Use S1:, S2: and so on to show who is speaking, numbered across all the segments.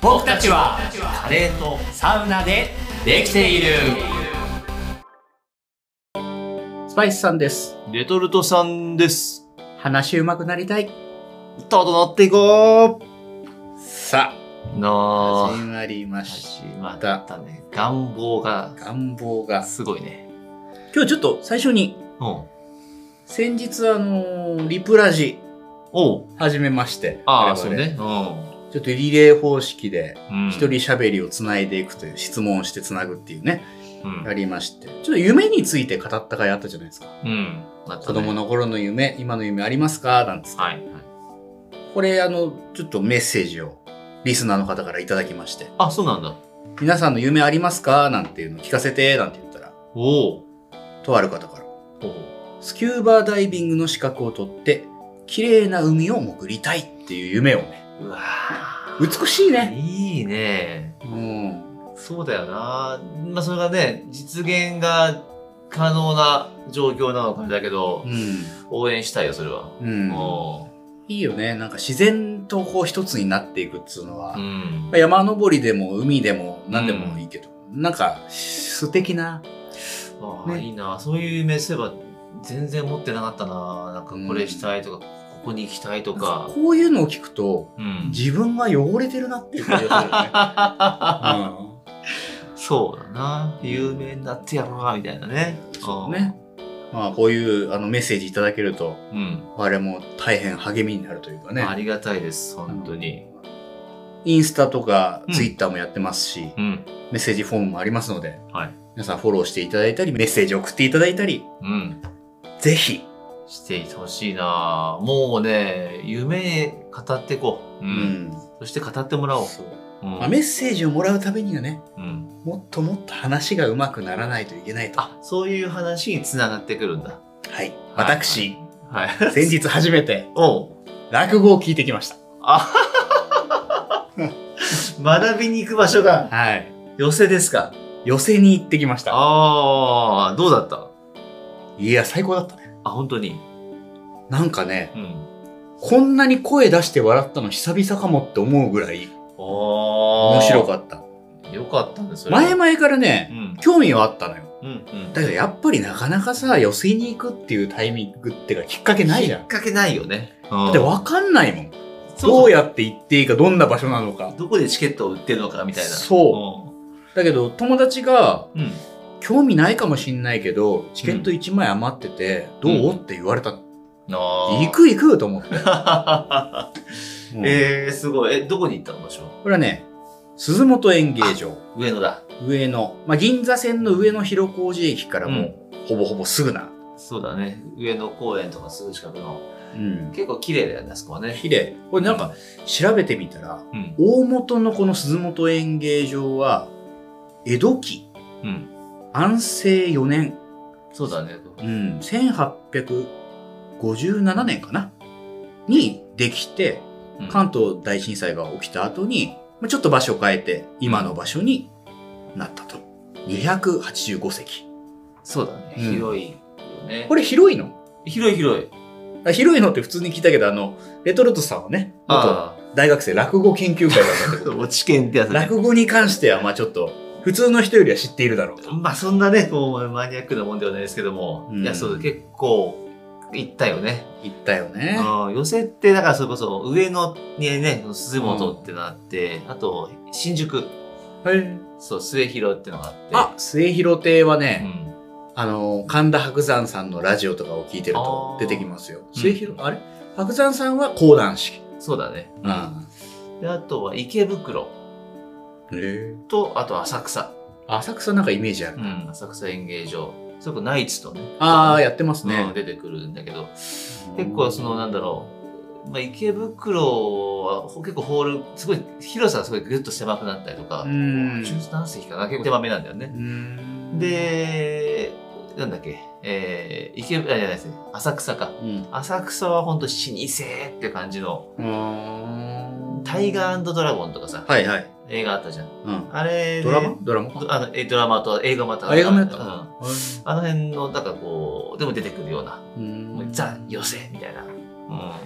S1: 僕たちは
S2: カレーと
S1: サウナで
S2: できている
S1: スパイスさんです
S2: レトルトさんです
S1: 話うまくなりたい
S2: 整っていこ
S1: さ
S2: うな
S1: あ
S2: あ
S1: 始まりまし
S2: 始まったね願望が
S1: た願望が
S2: すごいね
S1: 今日ちょっと最初に
S2: うん
S1: 先日あのーリプラジ
S2: おう
S1: 始めまして我
S2: ああ
S1: 々
S2: そうね
S1: ちょっとリレー方式で
S2: うん
S1: 一人喋りをつないでいくという質問をしてつなぐっていうね
S2: うん
S1: やりましてちょっと夢について語った回あったじゃないですか
S2: うんあったね
S1: 子供の頃の夢今の夢ありますかなんつって
S2: はいはい
S1: これあのちょっとメッセージをリスナーの方からいただきまして
S2: あそうなんだ
S1: 「皆さんの夢ありますか?」なんていうの聞かせてなんて言ったら
S2: おう
S1: とある方から
S2: おう
S1: 「スキューバーダイビングの資格を取って綺麗な海を潜りたい」っていう夢をね
S2: うわ
S1: 美しい
S2: あ
S1: ね
S2: いいね
S1: うん
S2: そうだよな。まあ、それがね、実現が可能な状況なのかもだけど、
S1: うん
S2: 応援したいよ、それは。
S1: うん
S2: も
S1: いいよねなんか自然とこう一つになっていくっつうのは、
S2: う、うん。
S1: 山登りでも海でも何でもいいけど、なんか素敵な
S2: ああ、
S1: ね
S2: いいな。そういう夢すれば、全然持ってなかったな。なんか、これしたいとか、ここに行きたいとか。
S1: こういうのを聞くと
S2: うん。
S1: 自分が汚れてるなっていう感じがするよねう
S2: そうだな。有名になってやろうな、みたいなね。
S1: ん そうね。まあこういうあのメッセージいただけると
S2: うん。
S1: 我々も大変励みになるというか
S2: うん。あ
S1: ね。
S2: りがたいです、本当に。
S1: インスタとか
S2: うん
S1: ツイッターもやってますし、
S2: うん。
S1: メッセージフォームもありますので、
S2: はい
S1: 皆さんフォローしていただいたり、メッセージ送っていただいたり、
S2: うん。
S1: ぜひ、
S2: していてほしいなもうね夢語ってこう、
S1: う
S2: う
S1: ん
S2: そして語ってもらおう、
S1: そう
S2: うん
S1: まあメッセージをもらうためにはね、
S2: うん
S1: もっともっと話が上手くならないといけないと。
S2: あそういう話につながってくるんだ
S1: はい。私、
S2: はい
S1: 先日初めて
S2: おう
S1: 落語を聞いてきました。
S2: 学びに行く場所が
S1: はい。
S2: 寄せですか
S1: 寄席に行ってきました。
S2: ああどうだった
S1: いや、最高だったね。
S2: あ本当に
S1: なんかね、
S2: うん
S1: こんなに声出して笑ったの久々かもって思うぐらい
S2: お
S1: 面白
S2: っ
S1: かった。
S2: たよかったねそれは
S1: 前々から
S2: う
S1: ね、
S2: ん
S1: 興味はあったのよ。
S2: うんうん
S1: だけどやっぱりなかなかさ、寄席に行くっていうタイミングってかきっかけないじゃ
S2: き
S1: ん
S2: っ。かけないよね
S1: だ
S2: だ
S1: ってわかんないもん。ど
S2: そう
S1: う
S2: や
S1: やって行っていいか、どんな場所なのか。
S2: どこでチケットを売ってるのかみたいな
S1: そだけど友達が、
S2: うん、うん、
S1: 興味ないかもしんないけど、チケット1枚余ってて、どう、
S2: うん
S1: って言われたの。
S2: あー
S1: 行く行くと思って。うん
S2: えー、すごい。え、どこに行ったの場所
S1: これはね、鈴本演芸場、
S2: 上野だ。
S1: 上野、まあ、銀座線の上野広小路駅からもう、ほぼほぼすぐな。
S2: そうだね。上野公園とかすぐ近くの。
S1: うん。
S2: 結構綺麗だよね、あそこはね。
S1: 綺麗。これなんか、調べてみたら、
S2: うん。
S1: 大元のこの鈴本演芸場は、江戸期、
S2: うん。
S1: 安政4年、
S2: そうだね。
S1: うん、1857年かな、にできて、
S2: うん
S1: 関東大震災が起きた後に、まあちょっと場所を変えて、今の場所になったと。285席。
S2: そうだね。
S1: うん
S2: 広いよね。
S1: これ広いの
S2: れ広い広い。
S1: あ広いのって普通に聞いたけど、あの、レトルトさんはね、元
S2: あ
S1: 大学生落語研究会だったって
S2: あ
S1: こと。
S2: 落ち券 ってやつね。
S1: 落語に関しては、まあちょっと、普通の人よりは知っているだろうと。
S2: まあそんなね、こう、マニアックなもんではないですけども。
S1: うん
S2: いや、そうだ、結構行ったよね。
S1: 言ったよね。
S2: うん寄せって、だからそれこそ上野にね、鈴本ってなって、あと、新宿。
S1: はい
S2: そう、末広ってのがあって。
S1: あ、末広亭は
S2: う
S1: ね、
S2: ん。
S1: あの、神田伯山さんのラジオとかを聞いてると
S2: あー
S1: 出てきますよ。
S2: うん
S1: 末広、あれ伯山さんは講談式。
S2: そうだね。
S1: う。ん。
S2: で、あとは池袋
S1: へえ。
S2: と、あと浅草。
S1: 浅草なんかイメージある
S2: う。ん、浅草演芸場。そこナイツとね、
S1: ああ、やってます
S2: う
S1: ね
S2: ん。出てくるんだけど、結構その、なんだろう、まあ、池袋はほ結構ホール、すごい、広さがすごいぐっと狭くなったりとか、
S1: うん
S2: 10何席かな、結構狭めなんだよね。
S1: うん、
S2: で、なんだっけ、えー、池、あ、じゃないですね、浅草か。
S1: うん。
S2: 浅草はほんと老舗って感じの、
S1: うん
S2: タイガードラゴンとかさ、
S1: はいはい。
S2: 映画あったじゃん。
S1: うん。
S2: あれで、
S1: ドラマドラマか。
S2: あのえドラマと映画もあった
S1: あ映画もやった
S2: うんあの辺のなんかこうでも出てくるような、
S1: うん
S2: もうザ寄せみたいな、うん、
S1: な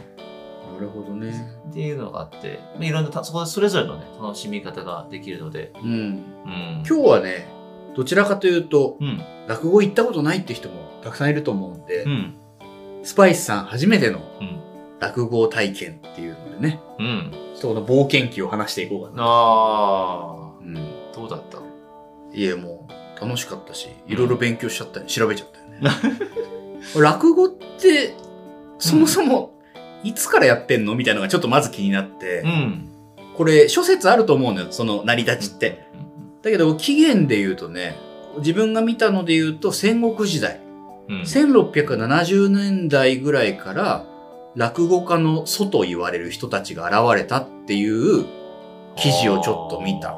S1: るほどね。
S2: っていうのがあって、まあ、いろんなたそこそれぞれのね楽しみ方ができるので、
S1: うん。
S2: うん、
S1: 今日はね、どちらかというと、
S2: うん
S1: 落語行ったことないって人もたくさんいると思うんで、
S2: うん
S1: スパイスさん初めての
S2: うん
S1: 落語体験っていうのでね、
S2: うん
S1: ちょっとこの冒険記を話していこうかな。
S2: あ
S1: うん。
S2: あどうだった
S1: いや、もう楽しかったし、いろいろ勉強しちゃったり、調べちゃったよね。 落語って、そもそも、いつからやってんのみたいなのがちょっとまず気になって、
S2: ん
S1: これ諸説あると思うのよ、その成り立ちって。だけど起源で言うとね自分が見たので言うと戦国時代、
S2: うん
S1: 1670年代ぐらいから落語家の祖と言われる人たちが現れたっていう記事をちょっと見た
S2: あ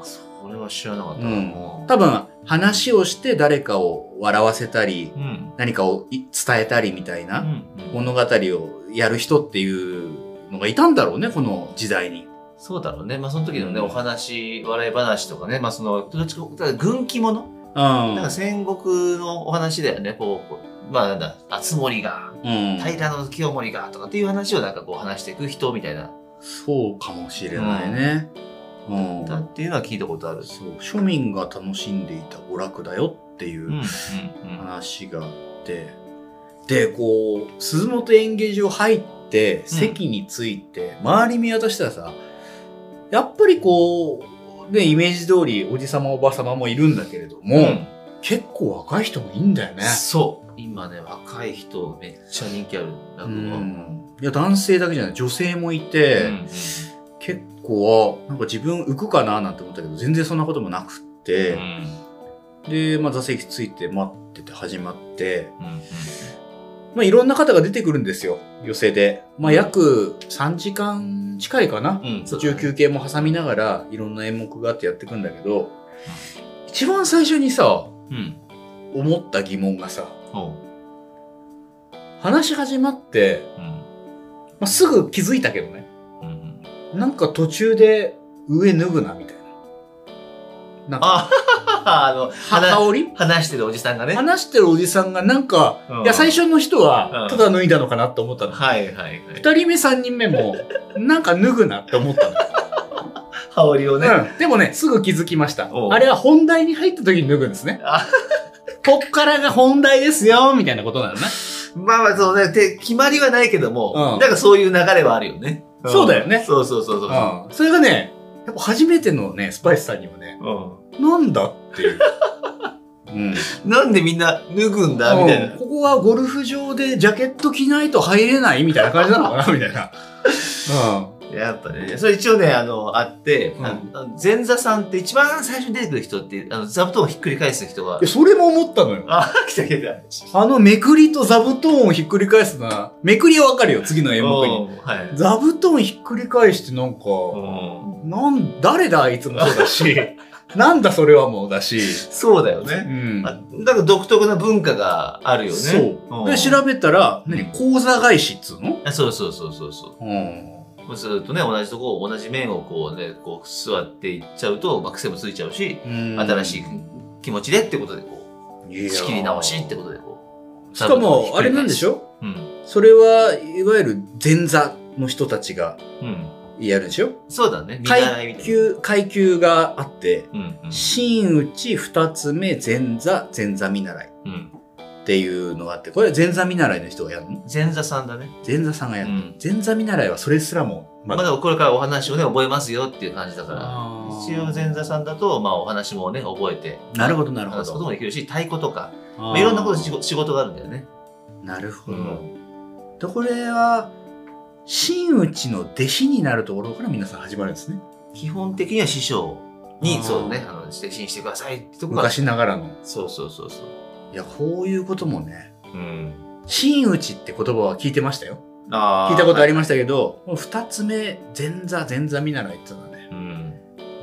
S2: ーそれは知らなかった
S1: う
S2: な、
S1: ん多分話をして誰かを笑わせたり
S2: うん
S1: 何かをい伝えたりみたいうなん
S2: うん
S1: 物語をやる人っていうのがいたんだろうねこの時代に。
S2: そうだろうね、まあ、その時のね、
S1: うん
S2: お話笑い話とかね、まあ、そのどっちかだから軍記もの
S1: う
S2: なん
S1: ん
S2: か戦国のお話だよねこうこうまあなんだ熱盛が
S1: うん、
S2: 平清盛がとかっていう話をなんかこう話していく人みたいな
S1: そうかもしれないね。うん
S2: だっていうのは聞いたことある
S1: そう庶民が楽しんでいた娯楽だよってい
S2: うんうん
S1: う話があって、でこう鈴本演芸場入って席について、周り見渡したらさやっぱりこうねイメージ通りおじさまおばさまもいるんだけれども、
S2: うん、
S1: 結構若い人もいいんだよね。
S2: そう今ね若い人めっちゃ人気ある
S1: う
S2: 落語は、うん
S1: んいや男性だけじゃない女性もいて、結構あなんか自分浮くかななんて思ったけど全然そんなこともなくって。
S2: うんうん
S1: で、まあ、座席ついて待ってて始まって、
S2: うん
S1: まあ、いろんな方が出てくるんですよ、寄席で。まあ、約3時間近いかな。
S2: うん
S1: 途中休憩も挟みながら、いろんな演目があってやってくんだけど、一番最初にさ、
S2: うん
S1: 思った疑問がさ、
S2: おう
S1: 話し始まって、
S2: うん
S1: まあ、すぐ気づいたけどね。
S2: うん
S1: なんか途中で上脱ぐな、みたいな。なんか、
S2: ああの
S1: 羽
S2: 話
S1: 織
S2: 話してるおじさんがね
S1: 話してるおじさんがなんか、
S2: うん
S1: いや、最初の人は、
S2: う
S1: た
S2: ん
S1: だ脱いだのかなって思ったの。
S2: はいはいはい
S1: 二人目三人目もなんか脱ぐなって思ったの、
S2: 羽織をね、
S1: うんでもねすぐ気づきました
S2: おう
S1: あれは本題に入った時に脱ぐんですね
S2: あ
S1: こっからが本題ですよみたいなことなのね
S2: まあまあそうねて決まりはないけども、
S1: うん
S2: なんかそういう流れはあるよね、ん
S1: そうだよね
S2: そうそうそうそう、
S1: うんそれがねやっぱ初めてのねスパイスさんにはね
S2: う
S1: なんだって いう、うん、
S2: んなんでみんな脱ぐんだみたい
S1: うん
S2: な
S1: ここはゴルフ場でジャケット着ないと入れないみたいな感じなのかなみたいな、う
S2: やっぱねそれ一応ねあのあって、
S1: うん
S2: あの前座さんって一番最初に出てくる人ってあの座布団をひっくり返す人が
S1: ん、いやそれも思ったのよ
S2: あ 来た来た
S1: あのめくりと座布団をひっくり返すなめくりはわかるよ次の演目に
S2: うんはい
S1: 座布団ひっくり返してなんか、
S2: うん
S1: なん、誰だあいつもそうだ し、なんだそれはもうだし、
S2: そうだよ
S1: う
S2: ね、
S1: ん。
S2: あなんか独特な文化があるよね
S1: そう。
S2: ん
S1: で、調べたら、
S2: うん
S1: 何口座返しっつうの
S2: あそうそうそうそうそ
S1: う
S2: う
S1: ん。
S2: もうずっとね同じとこ同じ面をこうねこう座っていっちゃうと、まあ、癖もついちゃうし、新しい気持ちでってことでこう
S1: い
S2: 仕切り直しってことでこう
S1: しかも、あれなんでし
S2: ょ
S1: ょ
S2: うん、
S1: それは、いわゆる前座の人たちが
S2: うん、
S1: やるでしょ
S2: そうだね見習い
S1: 階
S2: みたいな
S1: 級、階級があって、
S2: うん
S1: 真打ち二つ目前座、前座見習い
S2: うんうん
S1: っていうのがあって、これは前座見習いの人がやるの
S2: 前座さんだね、
S1: 前座さんが
S2: う
S1: やるの
S2: ん、
S1: 前座見習いはそれすらも
S2: ま
S1: ま
S2: あでもこれからお話をね覚えますよっていう感じだから一応前座さんだと、まあ、お話もね覚えて
S1: なるほどなるほ
S2: 話すこと
S1: ど
S2: もできるし太鼓とか、ま
S1: ま
S2: あ、いろんなこと仕事仕事があるんだよね
S1: なるほ
S2: う
S1: ど、
S2: ん
S1: でこれは真打ちの弟子になるところから皆さん始まるんですね
S2: 基本的には師匠に、
S1: うん
S2: そうねあの指定してくださいってとこが
S1: 昔ながらの
S2: そうそうそうそう
S1: いやこういうこともね
S2: うん
S1: 真打ちって言葉は聞いてましたよ
S2: あー
S1: 聞いたことありましたけど、もう2つ目前座前座見習いっていうのはね
S2: う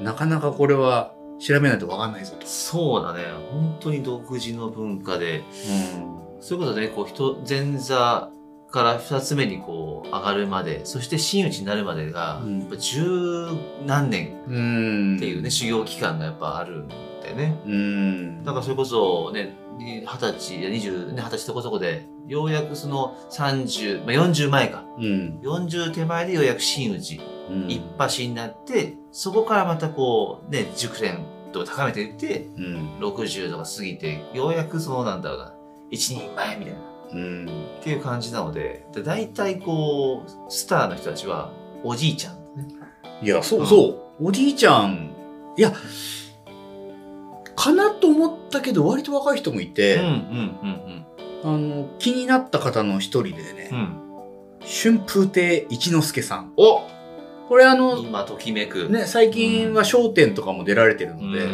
S2: ん
S1: なかなかこれは調べないと分かんないぞと、
S2: そうだね本当に独自の文化でそういうことでねこう人前座から二つ目にこう上がるまでそして真打ちになるまでが、
S1: うん
S2: やっぱ十何年
S1: うん
S2: っていうね、修行期間がやっぱあるんだよね
S1: うん
S2: だからそれこそねに二十歳いや二十ね二十歳そこそこでようやくその30、まあ、40前か。
S1: うん。
S2: 40手前でようやく真打ち、
S1: うん
S2: 一発になって、そこからまたこう、ね、熟練度を高めていって、
S1: うん。
S2: 60とか過ぎて、ようやくその、なんだろうな、一人前みたいな、
S1: うん。
S2: っていう感じなので、で大体こう、スターの人たちは、おじいちゃんね。
S1: いや、そうそう。おじいちゃん、いや、かなと思ったけど、割と若い人もい
S2: うん
S1: て、
S2: うんうん
S1: あの、気になった方の一人でね
S2: うん。う、ん。
S1: 春風亭一之輔さん。
S2: お
S1: これあの、
S2: 今ときめく。
S1: ね、最近は商店とかも出られてる
S2: う
S1: ので、
S2: ん。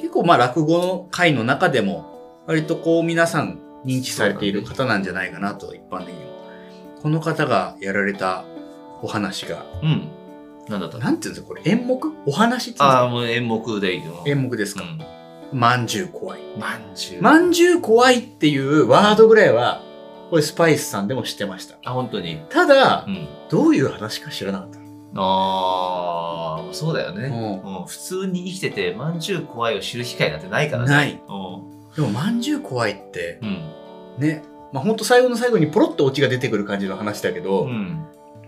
S1: 結構まあ落語の会の中でも、割とこう皆さん認知されている方なんじゃないかなと、一般的にも。この方がやられたお話が、
S2: うん。なんだった
S1: なんていうんですか、これ演目お話っていうんです
S2: ああ、
S1: か
S2: もう演目でいいの。
S1: 演目です
S2: う
S1: か、
S2: ん。
S1: まんじゅう怖い。
S2: まんじゅう。
S1: まんじゅう怖いっていうワードぐらいは、これスパイスさんでも知ってました。
S2: あ、本当に。
S1: ただ
S2: う、ん。
S1: どういう話か知らなかった。
S2: ああ、そうだよね。
S1: う
S2: うん普通に生きてて、まんじゅう怖いを知る機会なんてないからね。
S1: ない。
S2: うん。
S1: でも、まんじゅう怖いって、
S2: うん。
S1: ね、まあ、ほんと最後の最後にポロッとオチが出てくる感じの話だけど、
S2: うん。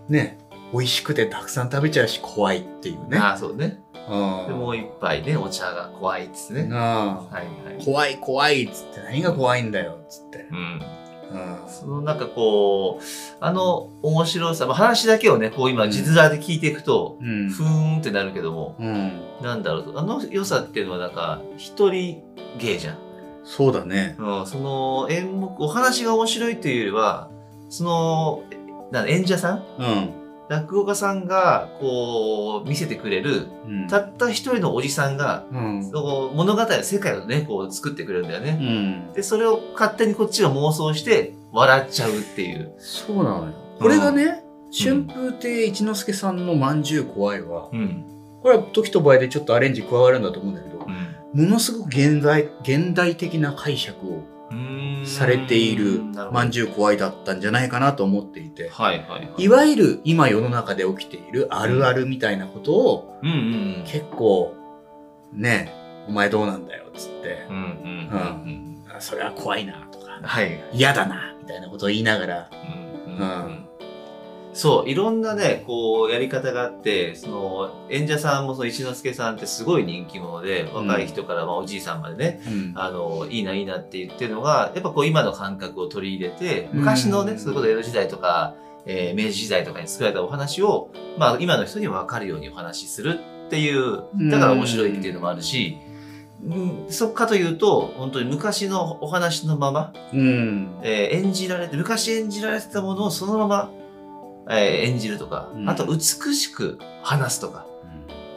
S1: ね、美味しくてたくさん食べちゃうし怖いっていうね。
S2: ああ、そうね。
S1: うん
S2: でもう一杯ね、お茶が怖いっつってね。
S1: なあ
S2: はいはい。
S1: 怖い怖いっつって何が怖いんだよっつって。
S2: うん。
S1: うん
S2: そのなんかこう、あの面白さ、まあ、話だけをね、こう今、実面で聞いていくと、
S1: うん
S2: ふーんってなるけども、
S1: うん、
S2: なんだろう、あの良さっていうのはなんか、一人芸じゃん。
S1: そうだね。
S2: うん、その演目、お話が面白いというよりは、その、えなんだ演者さん
S1: うん。
S2: 落語家さんが、こう、見せてくれる、
S1: うん
S2: たった一人のおじさんが、
S1: うん
S2: そ。の物語の世界をね、こう作ってくれるんだよ
S1: う
S2: ね。
S1: ん。
S2: で、それを勝手にこっちが妄想して、笑っちゃうっていう。
S1: そうなのよ。これがね、春風亭一之輔さんのまんじゅう怖いは、
S2: うん。
S1: これは時と場合でちょっとアレンジ加わるんだと思うんだけど、
S2: うん
S1: ものすごく現代、現代的な解釈をされているまんじ
S2: じ
S1: ゅう怖いだったんじゃないかなと思っていて。
S2: はいはいはい。
S1: いわゆる今世の中で起きているあるあるみたいなことを
S2: うんうん
S1: 結構ねお前どうなんだよっつって
S2: うん。うんうんうん
S1: あそれは怖いなとか
S2: うん。はい。
S1: 嫌だなみたいなことを言いながら
S2: う
S1: う
S2: んうんんそう、いろんなね、こう、やり方があって、その、演者さんも、その、一之輔さんってすごい人気者で、若い人から、まあ、おじいさんまでね、
S1: うん
S2: あの、いいな、いいなって言ってるのが、やっぱこう、今の感覚を取り入れて、昔の
S1: う
S2: ね、
S1: ん
S2: それこそ江戸時代とか、えー明治時代とかに作られたお話を、まあ、今の人に分かるようにお話しするっていう
S1: う、ん
S2: だから面白いっていうのもあるし、うん、そっかというと、本当に昔のお話のまま、
S1: うん
S2: えー演じられて、昔演じられてたものをそのまま、えー演じるとか、
S1: うん
S2: あと美しく話すとか、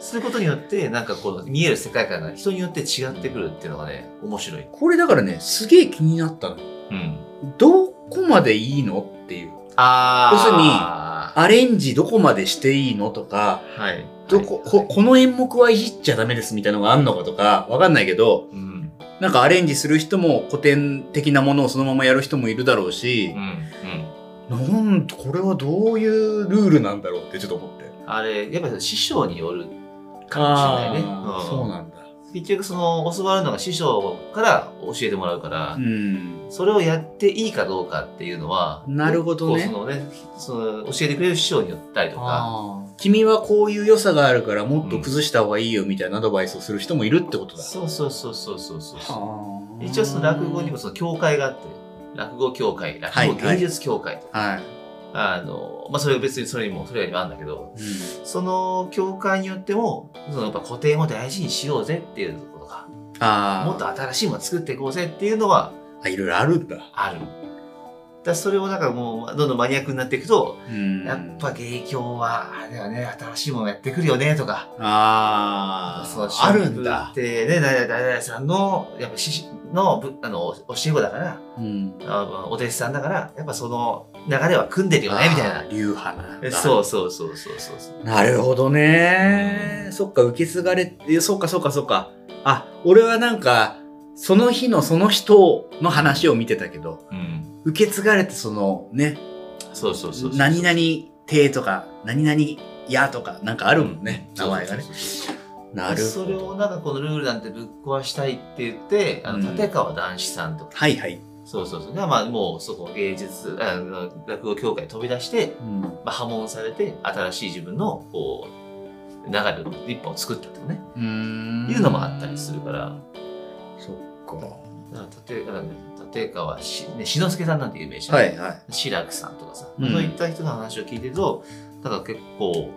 S2: することによって、なんかこの見える世界観が人によって違ってくるっていうのがね、面白い。
S1: これだからねすげえ気になったの
S2: うん。
S1: どこまでいいのっていう
S2: あ
S1: アレンジどこまでしていいのとか
S2: 要するに、はい。
S1: どこここの演目はいじっちゃダメですみたいなのがあんのかとかわかんないけど
S2: うん。
S1: なんかアレンジする人も古典的なものをそのままやる人もいるだろう
S2: う
S1: し
S2: ん。う、ん。
S1: なんこれはどういうルールなんだろうってちょっと思って。
S2: あれ、やっぱり師匠によるかもしれないね。うん
S1: そうなんだ。
S2: 結局その教わるのが師匠から教えてもらうから、
S1: うん。
S2: それをやっていいかどうかっていうのは
S1: なるほどね
S2: 結構そのねその教えてくれる師匠によったりとか
S1: 君はこういう良さがあるからもっと崩した方がいいよみたいなアドバイスをする人もいるってことだ。
S2: そうそうそうそうそうそう
S1: はあ
S2: 一応その落語にも。その協会があって落語協会
S1: はい
S2: 落語芸術協会と、
S1: はい。
S2: あのまあそれは別にそれにもそれよりもあるんだけど
S1: うん
S2: その協会によってもそのやっぱ古典を大事にしようぜっていうことが
S1: ああ。
S2: もっと新しいもの作っていこうぜっていうのは
S1: あ、いろいろあるんだ。
S2: あるだからそれをなんかもうどんどんマニアックになっていくと
S1: うん
S2: やっぱ芸協は、あれだよね、新しいものやってくるよね、とか。
S1: あ
S2: そう
S1: あ。あるんだ
S2: 春。風ってね、誰々誰々さんの、やっぱ師匠のぶあの教え子だから、
S1: うん。
S2: あのお弟子さんだから、やっぱその流れは組んでるよね、みたい
S1: あ
S2: な
S1: ー。流派なん
S2: え
S1: だ。
S2: そうそうそうそうそうそう。
S1: なるほどね、
S2: うん
S1: そっか、受け継がれて、そっかそっかそっか。あ、俺はなんか、その日のその人の話を見てたけど、
S2: うん。
S1: 受け継がれてそのね、
S2: そうそうそうそう。
S1: 何々亭とか、何々屋とか、なんかあるもんね、名前がね。
S2: そうそうそう
S1: なる
S2: そ
S1: ほ
S2: れ
S1: ど。
S2: をなんかこのルールなんてぶっ壊したいって言って、あ
S1: うん
S2: の、立川談志さんとか、
S1: はいはい。
S2: そうそうそう。が、まあ、もう、そこ、芸術、あの落語協会飛び出して、
S1: うん
S2: まあ、破門されて、新しい自分の、こう、流れの一本を作ったとかね、
S1: うーん
S2: いうのもあったりするから、
S1: そっか
S2: だから立川、立川し、ね、志の輔さんなんて有名じゃん。
S1: はいはい
S2: 志らくさんとかさ、
S1: うん
S2: そういった人の話を聞いてると、なんか結構、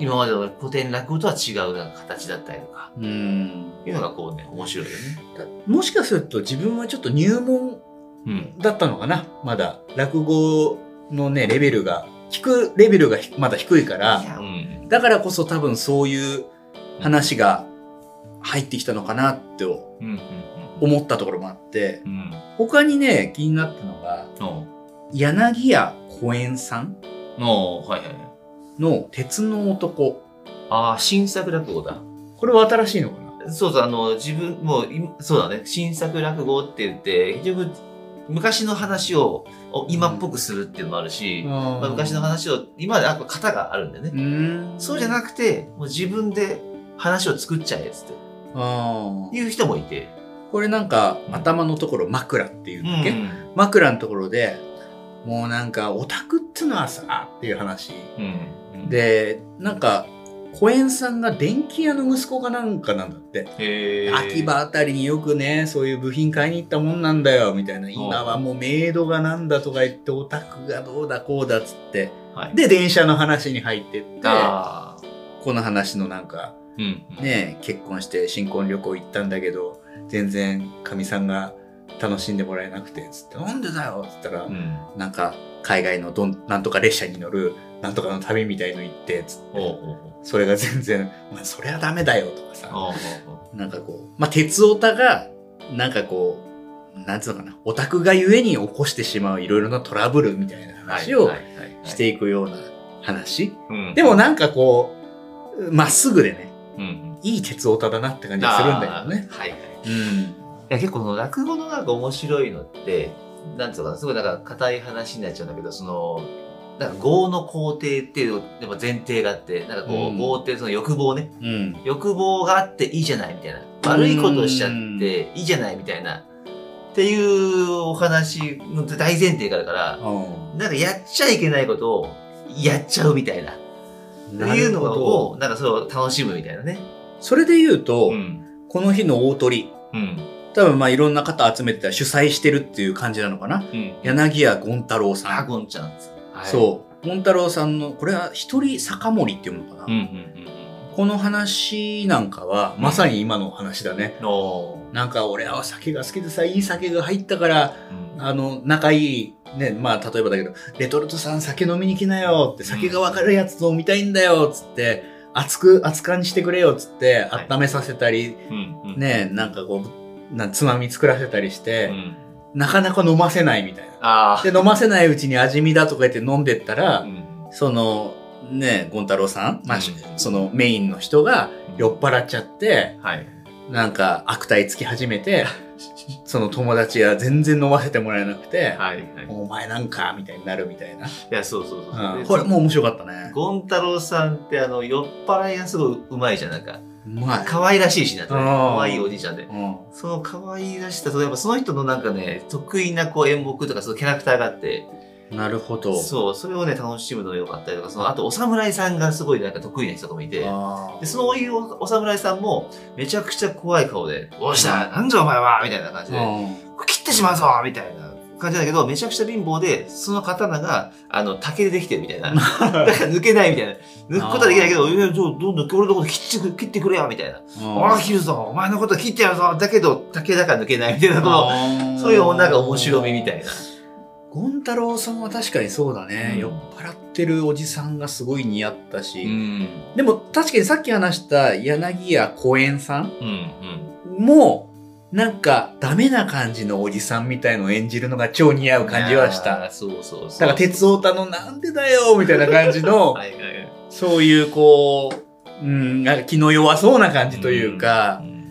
S2: 今までの古典落語とは違うなんか形だったりとか、
S1: うん
S2: いうのがこうね、面白いよね。
S1: もしかすると自分はちょっと入門
S2: うん。
S1: だったのかなまだ落語のねレベルが低くレベルがひまだ低いから
S2: いや、うん。
S1: だからこそ多分そういう話が入ってきたのかなって思
S2: うん。うん。
S1: ったところもあって
S2: うん。うん。
S1: 他にね気になったのが
S2: おう
S1: 柳家小園さん
S2: おうはいはいはい。
S1: の「鉄の男
S2: ああ、新作落語だ。」
S1: これは新しいのかな
S2: そうそう、あの、自分、もう、今そうだね、新作落語って言って、結局、昔の話をお今っぽくするっていうのもあるし、まあ、昔の話を、今で、あ、型があるんだよね
S1: う。ーん
S2: そうじゃなくて、もう自分で話を作っちゃえっつって、
S1: あー
S2: いう人もいて。
S1: これなんか頭のところ枕っていううんだっけ、
S2: ん。
S1: 枕のところでもうなんかオタクってのはさっていう話
S2: うん、
S1: でなんか小園さんが電気屋の息子かなんかなんだって、
S2: へー
S1: 秋葉あたりによくねそういう部品買いに行ったもんなんだよみたいな今はもうメイドがなんだとか言ってオタクがどうだこうだっつって
S2: はい。
S1: で電車の話に入ってって
S2: ああ。
S1: この話のなんか
S2: うん。
S1: ね結婚して新婚旅行行ったんだけど全然かみさんが楽しんでもらえなくてつって「なんでだよ」っつったら、
S2: うん。
S1: なんか海外のどんなんとか列車に乗るなんとかの旅みたいの行ってつって
S2: おうおう
S1: それが全然「お前それはダメだよ」とかさ
S2: おうおうおう
S1: なんかこうまあ鉄オタがなんかこうなんつうのかなオタクがゆえに起こしてしまういろいろなトラブルみたいな話を
S2: はいはいはい
S1: していくような話
S2: うん
S1: でもなんかこうまっすぐでね
S2: うん。
S1: いい鉄オタだなって感じがするんだよね。
S2: あーはいはい。
S1: うん
S2: いや結構その落語のなんか面白いのって、なんつうのかな、すごいなんか硬い話になっちゃうんだけど、その、なんか業の肯定っていうやっぱ前提があって、なんかこ
S1: う
S2: う、
S1: ん
S2: 業ってその欲望ね、
S1: うん
S2: 欲望があっていいじゃないみたいな悪いことをしちゃっていいじゃないみたいなっていうお話の大前提からからなんかやっちゃいけないことをやっちゃうみたいなっていうの
S1: なるほ
S2: をなんかそれを楽しむみたいなね。
S1: どそれで言うと、
S2: うん
S1: この日の大鳥
S2: うん
S1: 多分まあいろんな方集めてたら主催してるっていう感じなのかな
S2: うん、
S1: 柳家権太郎さ
S2: あ
S1: ん、
S2: ゴンちゃんです、はい、
S1: そう権太郎さんのこれは一人酒盛りっていうのかな、
S2: うんうんうん
S1: この話なんかはまさに今の話だね、
S2: うんお
S1: なんか俺は酒が好きでさいい酒が入ったから
S2: ーうん
S1: あの仲いいねまあ例えばだけどレトルトさん酒飲みに来なよって酒が分かるやつ飲みたいんだよっつって熱く熱燗にしてくれよっつって
S2: はい
S1: 温めさせたり、
S2: うんうん
S1: ねなんかこうなつまみ作らせたりし
S2: う
S1: て、
S2: ん
S1: なかなか飲ませないみたいな。
S2: あ
S1: で、飲ませないうちに味見だとか言って飲んでったら、
S2: あ、うん
S1: その、ね、ゴン太郎さん、まあ、し
S2: うん
S1: そのメインの人が酔っ払っちゃって、
S2: はい
S1: なんか悪態つき始め て、その友達が全然飲ませてもらえなくて、
S2: はいはいい
S1: お前なんか、みたいになるみたいな。
S2: やそうそうそうそう
S1: うん
S2: で
S1: これもう面白かったね。
S2: ゴン太郎さんってあの酔っ払いがすごいうまいじゃんなんか
S1: うまい。
S2: 可愛らしいしな
S1: うん
S2: 可愛いおじいちゃんで
S1: うん
S2: その可愛らしさとやっぱその人のなんかね得意なこう演目とかそのキャラクターがあって
S1: なるほど。
S2: そうそれをね楽しむのが良かったりとかそのあとお侍さんがすごいなんか得意な人とかもいて
S1: あー
S2: でそういうおお侍さんもめちゃくちゃ怖い顔で「どうしたなんじゃお前は」みたいな感じで
S1: うん
S2: 切ってしまうぞみたいな感じだけど、めちゃくちゃ貧乏で、その刀が、あの、竹でできてるみたい な。だから抜けないみたいな。抜くことはできないけど、いや、どうどんどん俺のこと切ってく切ってくれよみたいな。俺は切るぞお前のこと切ってやるぞだけど、竹だから抜けないみたいなこ
S1: あ
S2: う
S1: ー
S2: そういう女が面白みみたいな。
S1: ゴン太郎さんは確かにそうだね、
S2: うん
S1: 酔っ払ってるおじさんがすごい似合ったし、
S2: ん。
S1: でも確かにさっき話した柳家小園さん
S2: うん。うん。
S1: もなんかダメな感じのおじさんみたいのを演じるのが超似合う感じはし
S2: いや
S1: た
S2: ー。そうそうそう。
S1: だから鉄オタのなんでだよみたいな感じの、
S2: はいはいはい。
S1: そういうこう、うん、なんか気の弱そうな感じというか
S2: う、ん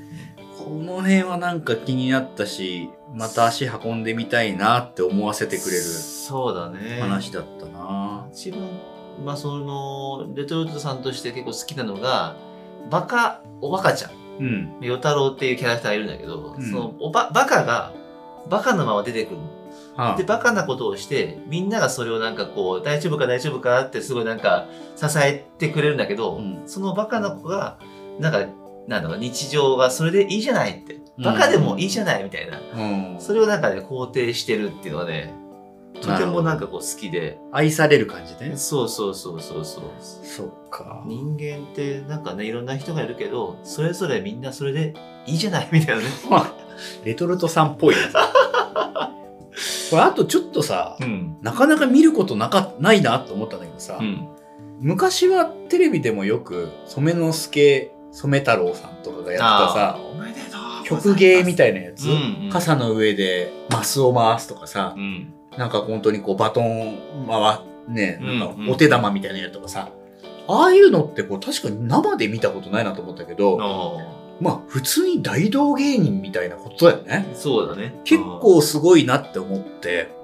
S1: この辺はなんか気になったし、また足運んでみたいなって思わせてくれる
S2: そうだね。
S1: 話だったな。
S2: 一番、まあ、その、レトルトさんとして結構好きなのが、バカ、おバカちゃん。
S1: うん。
S2: 与太郎っていうキャラクターがいるんだけど、
S1: うん
S2: そのおばバカがバカなまま出てくるの。
S1: は
S2: で、バカなことをして、みんながそれをなんかこう、大丈夫か大丈夫かってすごいなんか支えてくれるんだけど、
S1: うん
S2: そのバカな子が、なんか、なんだろう、日常がそれでいいじゃないって。バカでもいいじゃないみたいな。
S1: あうん
S2: それをなんかね、肯定してるっていうのはね、とてもなんかこう好きで。
S1: 愛される感じね。
S2: そうそうそうそうそう。
S1: そっか。
S2: 人間ってなんかね、いろんな人がいるけど、それぞれみんなそれでいいじゃないみたいなね。
S1: レトルトさんっぽい やつ。これあとちょっとさ、
S2: うん。
S1: なかなか見ることなかないなと思ったんだけどさ、
S2: うん。
S1: 昔はテレビでもよく染之助染太郎さんとかがやってた
S2: あー
S1: さ
S2: おめでとうございます。
S1: 曲芸みたいなやつ、
S2: うんうん
S1: 傘の上でマスを回すとかさ、
S2: うん。
S1: なんか本当にこうバトン回ねなん
S2: うん
S1: か
S2: うん
S1: お手玉みたいなやつとかさ、ああいうのってこう確かに生で見たことないなと思ったけど、
S2: あ
S1: まあ普通に大道芸人みたいなことだよね。
S2: あそうだね。
S1: 結構すごいなって思って、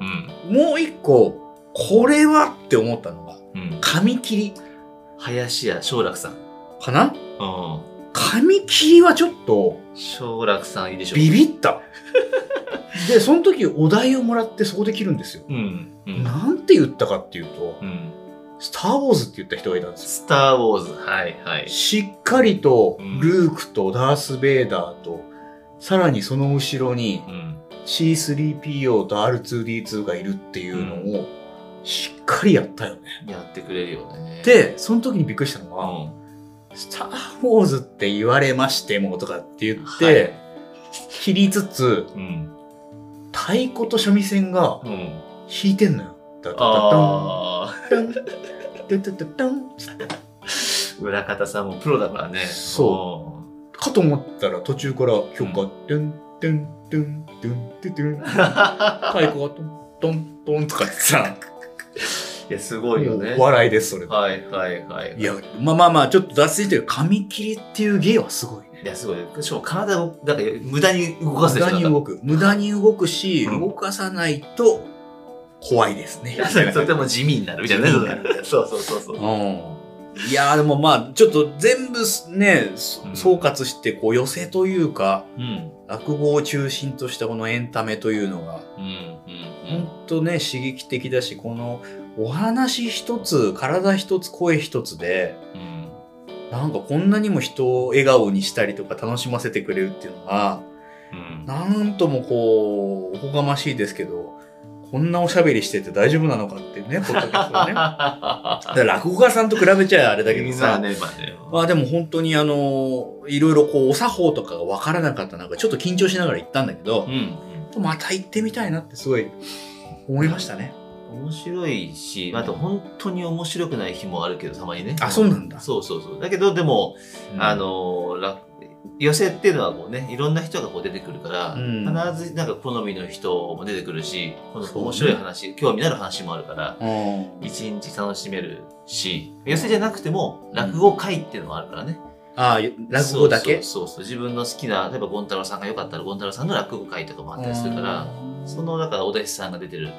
S2: うん。
S1: もう一個、これはって思ったのが、
S2: うん。
S1: 紙切り
S2: 林家正楽さん。
S1: かな
S2: うん。
S1: 紙切りはちょっと
S2: 正楽さんいいでしょ。
S1: ビビった。で、その時お題をもらってそこで切るんですよ。
S2: うん。うん。
S1: なんて言ったかっていうと
S2: う、ん。
S1: スターウォーズって言った人がいたんですよ。
S2: スター・ウォーズ。はいはい。
S1: しっかりと
S2: うん
S1: ルークとダース・ベイダーと、さらにその後ろに
S2: うん。
S1: C3PO と R2D2 がいるっていうのをしっかりやったよね。
S2: やってくれるよね。、
S1: で、その時にびっくりしたの
S2: う
S1: は、
S2: ん。
S1: スター・ウォーズって言われましてもとかって言って、
S2: はい
S1: 切りつつ、
S2: うん。
S1: 太鼓と三味線が
S2: うん。
S1: 弾いてんのよ。ダダ
S2: ああ。
S1: ダン、ダン、ダンダンダン。
S2: 裏方さんもプロだからね。
S1: そかと思ったら途中から曲が、ドゥン、ドゥン、ドゥン、ドゥン、ドゥン、ドゥン、
S2: うん。
S1: 太鼓がトン、トン、トンとかってさ、
S2: いや、すごいよね。
S1: 笑いです、それ。
S2: はいはいはい。
S1: いや、まあまあまあ、ちょっと脱線してる紙切りっていう芸はすごいね。
S2: いや、すごい。しかも体を、なんか無駄に動かす
S1: 無
S2: でしょ。
S1: 駄に動く。無駄に動くし、
S2: うん
S1: 動かさないと怖いです ね。
S2: なんかとても地味になるみたいなね
S1: 地味になる。
S2: そうそうそうそう。
S1: うん。いやーでもまあちょっと全部すね、そ
S2: うん
S1: 総括してこう寄せというか
S2: うん。
S1: 落語を中心としたこのエンタメというのが
S2: うん。うん。うん。
S1: 本当ね刺激的だしこのお話一つ体一つ声一つで
S2: うん
S1: なんかこんなにも人を笑顔にしたりとか楽しませてくれるっていうのが
S2: うん
S1: なんともこうおこがましいですけどこんなおしゃべりしてて大丈夫なのかって いうねポッドキャストはねだから落語家さんと比べちゃあれだけどさ、
S2: まあね、まあね。
S1: まあでも本当にあの、いろいろこう、お作法とかが分からなかった中、ちょっと緊張しながら行ったんだけど
S2: う、ん。
S1: また行ってみたいなってすごい思いましたね。
S2: 面白いし、あと本当に面白くない日もあるけど、たまにね。
S1: あそうなんだ
S2: そうそうそう。だけど、でも、あ、の、ら寄席っていうのはこうね、いろんな人がこう出てくるから、
S1: うん
S2: 必ずなんか好みの人も出てくるし、この
S1: そうね
S2: 面白い話、興味のある話もあるから、
S1: うん、
S2: 一日楽しめるし、寄席じゃなくても落語会っていうのもあるからね。
S1: ああ、落語だけ
S2: そうそうそうそう自分の好きな例えばゴン太郎さんがよかったらゴン太郎さんの落語会とかもあったりするから、
S1: うん
S2: その中でお弟子さんが出てる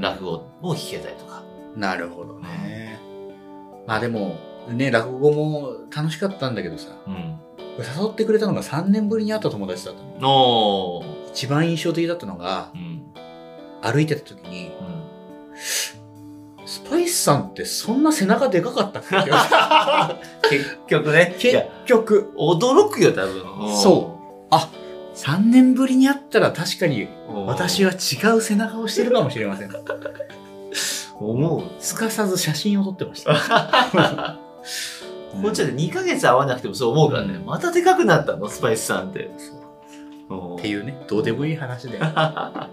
S2: 落語を聞けたりとか、
S1: なるほどね。まあでも、ね、落語も楽しかったんだけどさ、
S2: うん、
S1: 誘ってくれたのが3年ぶりに会った友達だったの。
S2: の、
S1: 一番印象的だったのが
S2: う、ん
S1: 歩いてた時に、
S2: うん、
S1: スパイスさんってそんな背中でかかったっけって言われた
S2: 結 局ね い
S1: 結
S2: や
S1: 局、
S2: 驚くよ多分
S1: そ3年ぶりに会ったら確かに
S2: うん
S1: 私は違う背中をしてるかもしれません。
S2: 思う
S1: すかさず写真を撮ってました。
S2: こっちは2ヶ月会わなくてもそう思うからね、
S1: うん
S2: またでかくなったのスパイスさんって
S1: うんっていうね、どうでもいい話で。ま
S2: は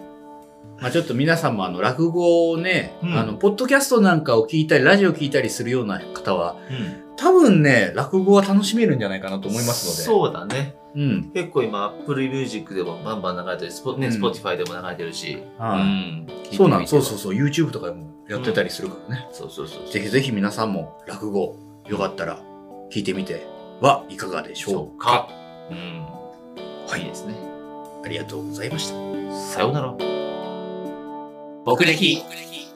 S1: あちょっと皆さんもあの落語をね、
S2: うん
S1: あの、ポッドキャストなんかを聞いたり、ラジオ聞いたりするような方は、
S2: うん、
S1: 多分ね、落語は楽しめるんじゃないかなと思いますので。
S2: そうだね
S1: う。うん。
S2: 結構今 Apple Music でもバンバン流れてるスポ、ね
S1: うん
S2: Spotify でも流れてるし、
S1: はい
S2: うん
S1: そうなんそう
S2: う
S1: そうそう、YouTube とかでもやってたりするからね。
S2: そうそうそう。
S1: ぜひぜひ皆さんも落語、よかったら聞いてみてはいかがでしょうか。。
S2: うん。
S1: はい
S2: いいですね。
S1: ありがとうございました。
S2: さようなら。
S1: 僕歴
S2: 僕歴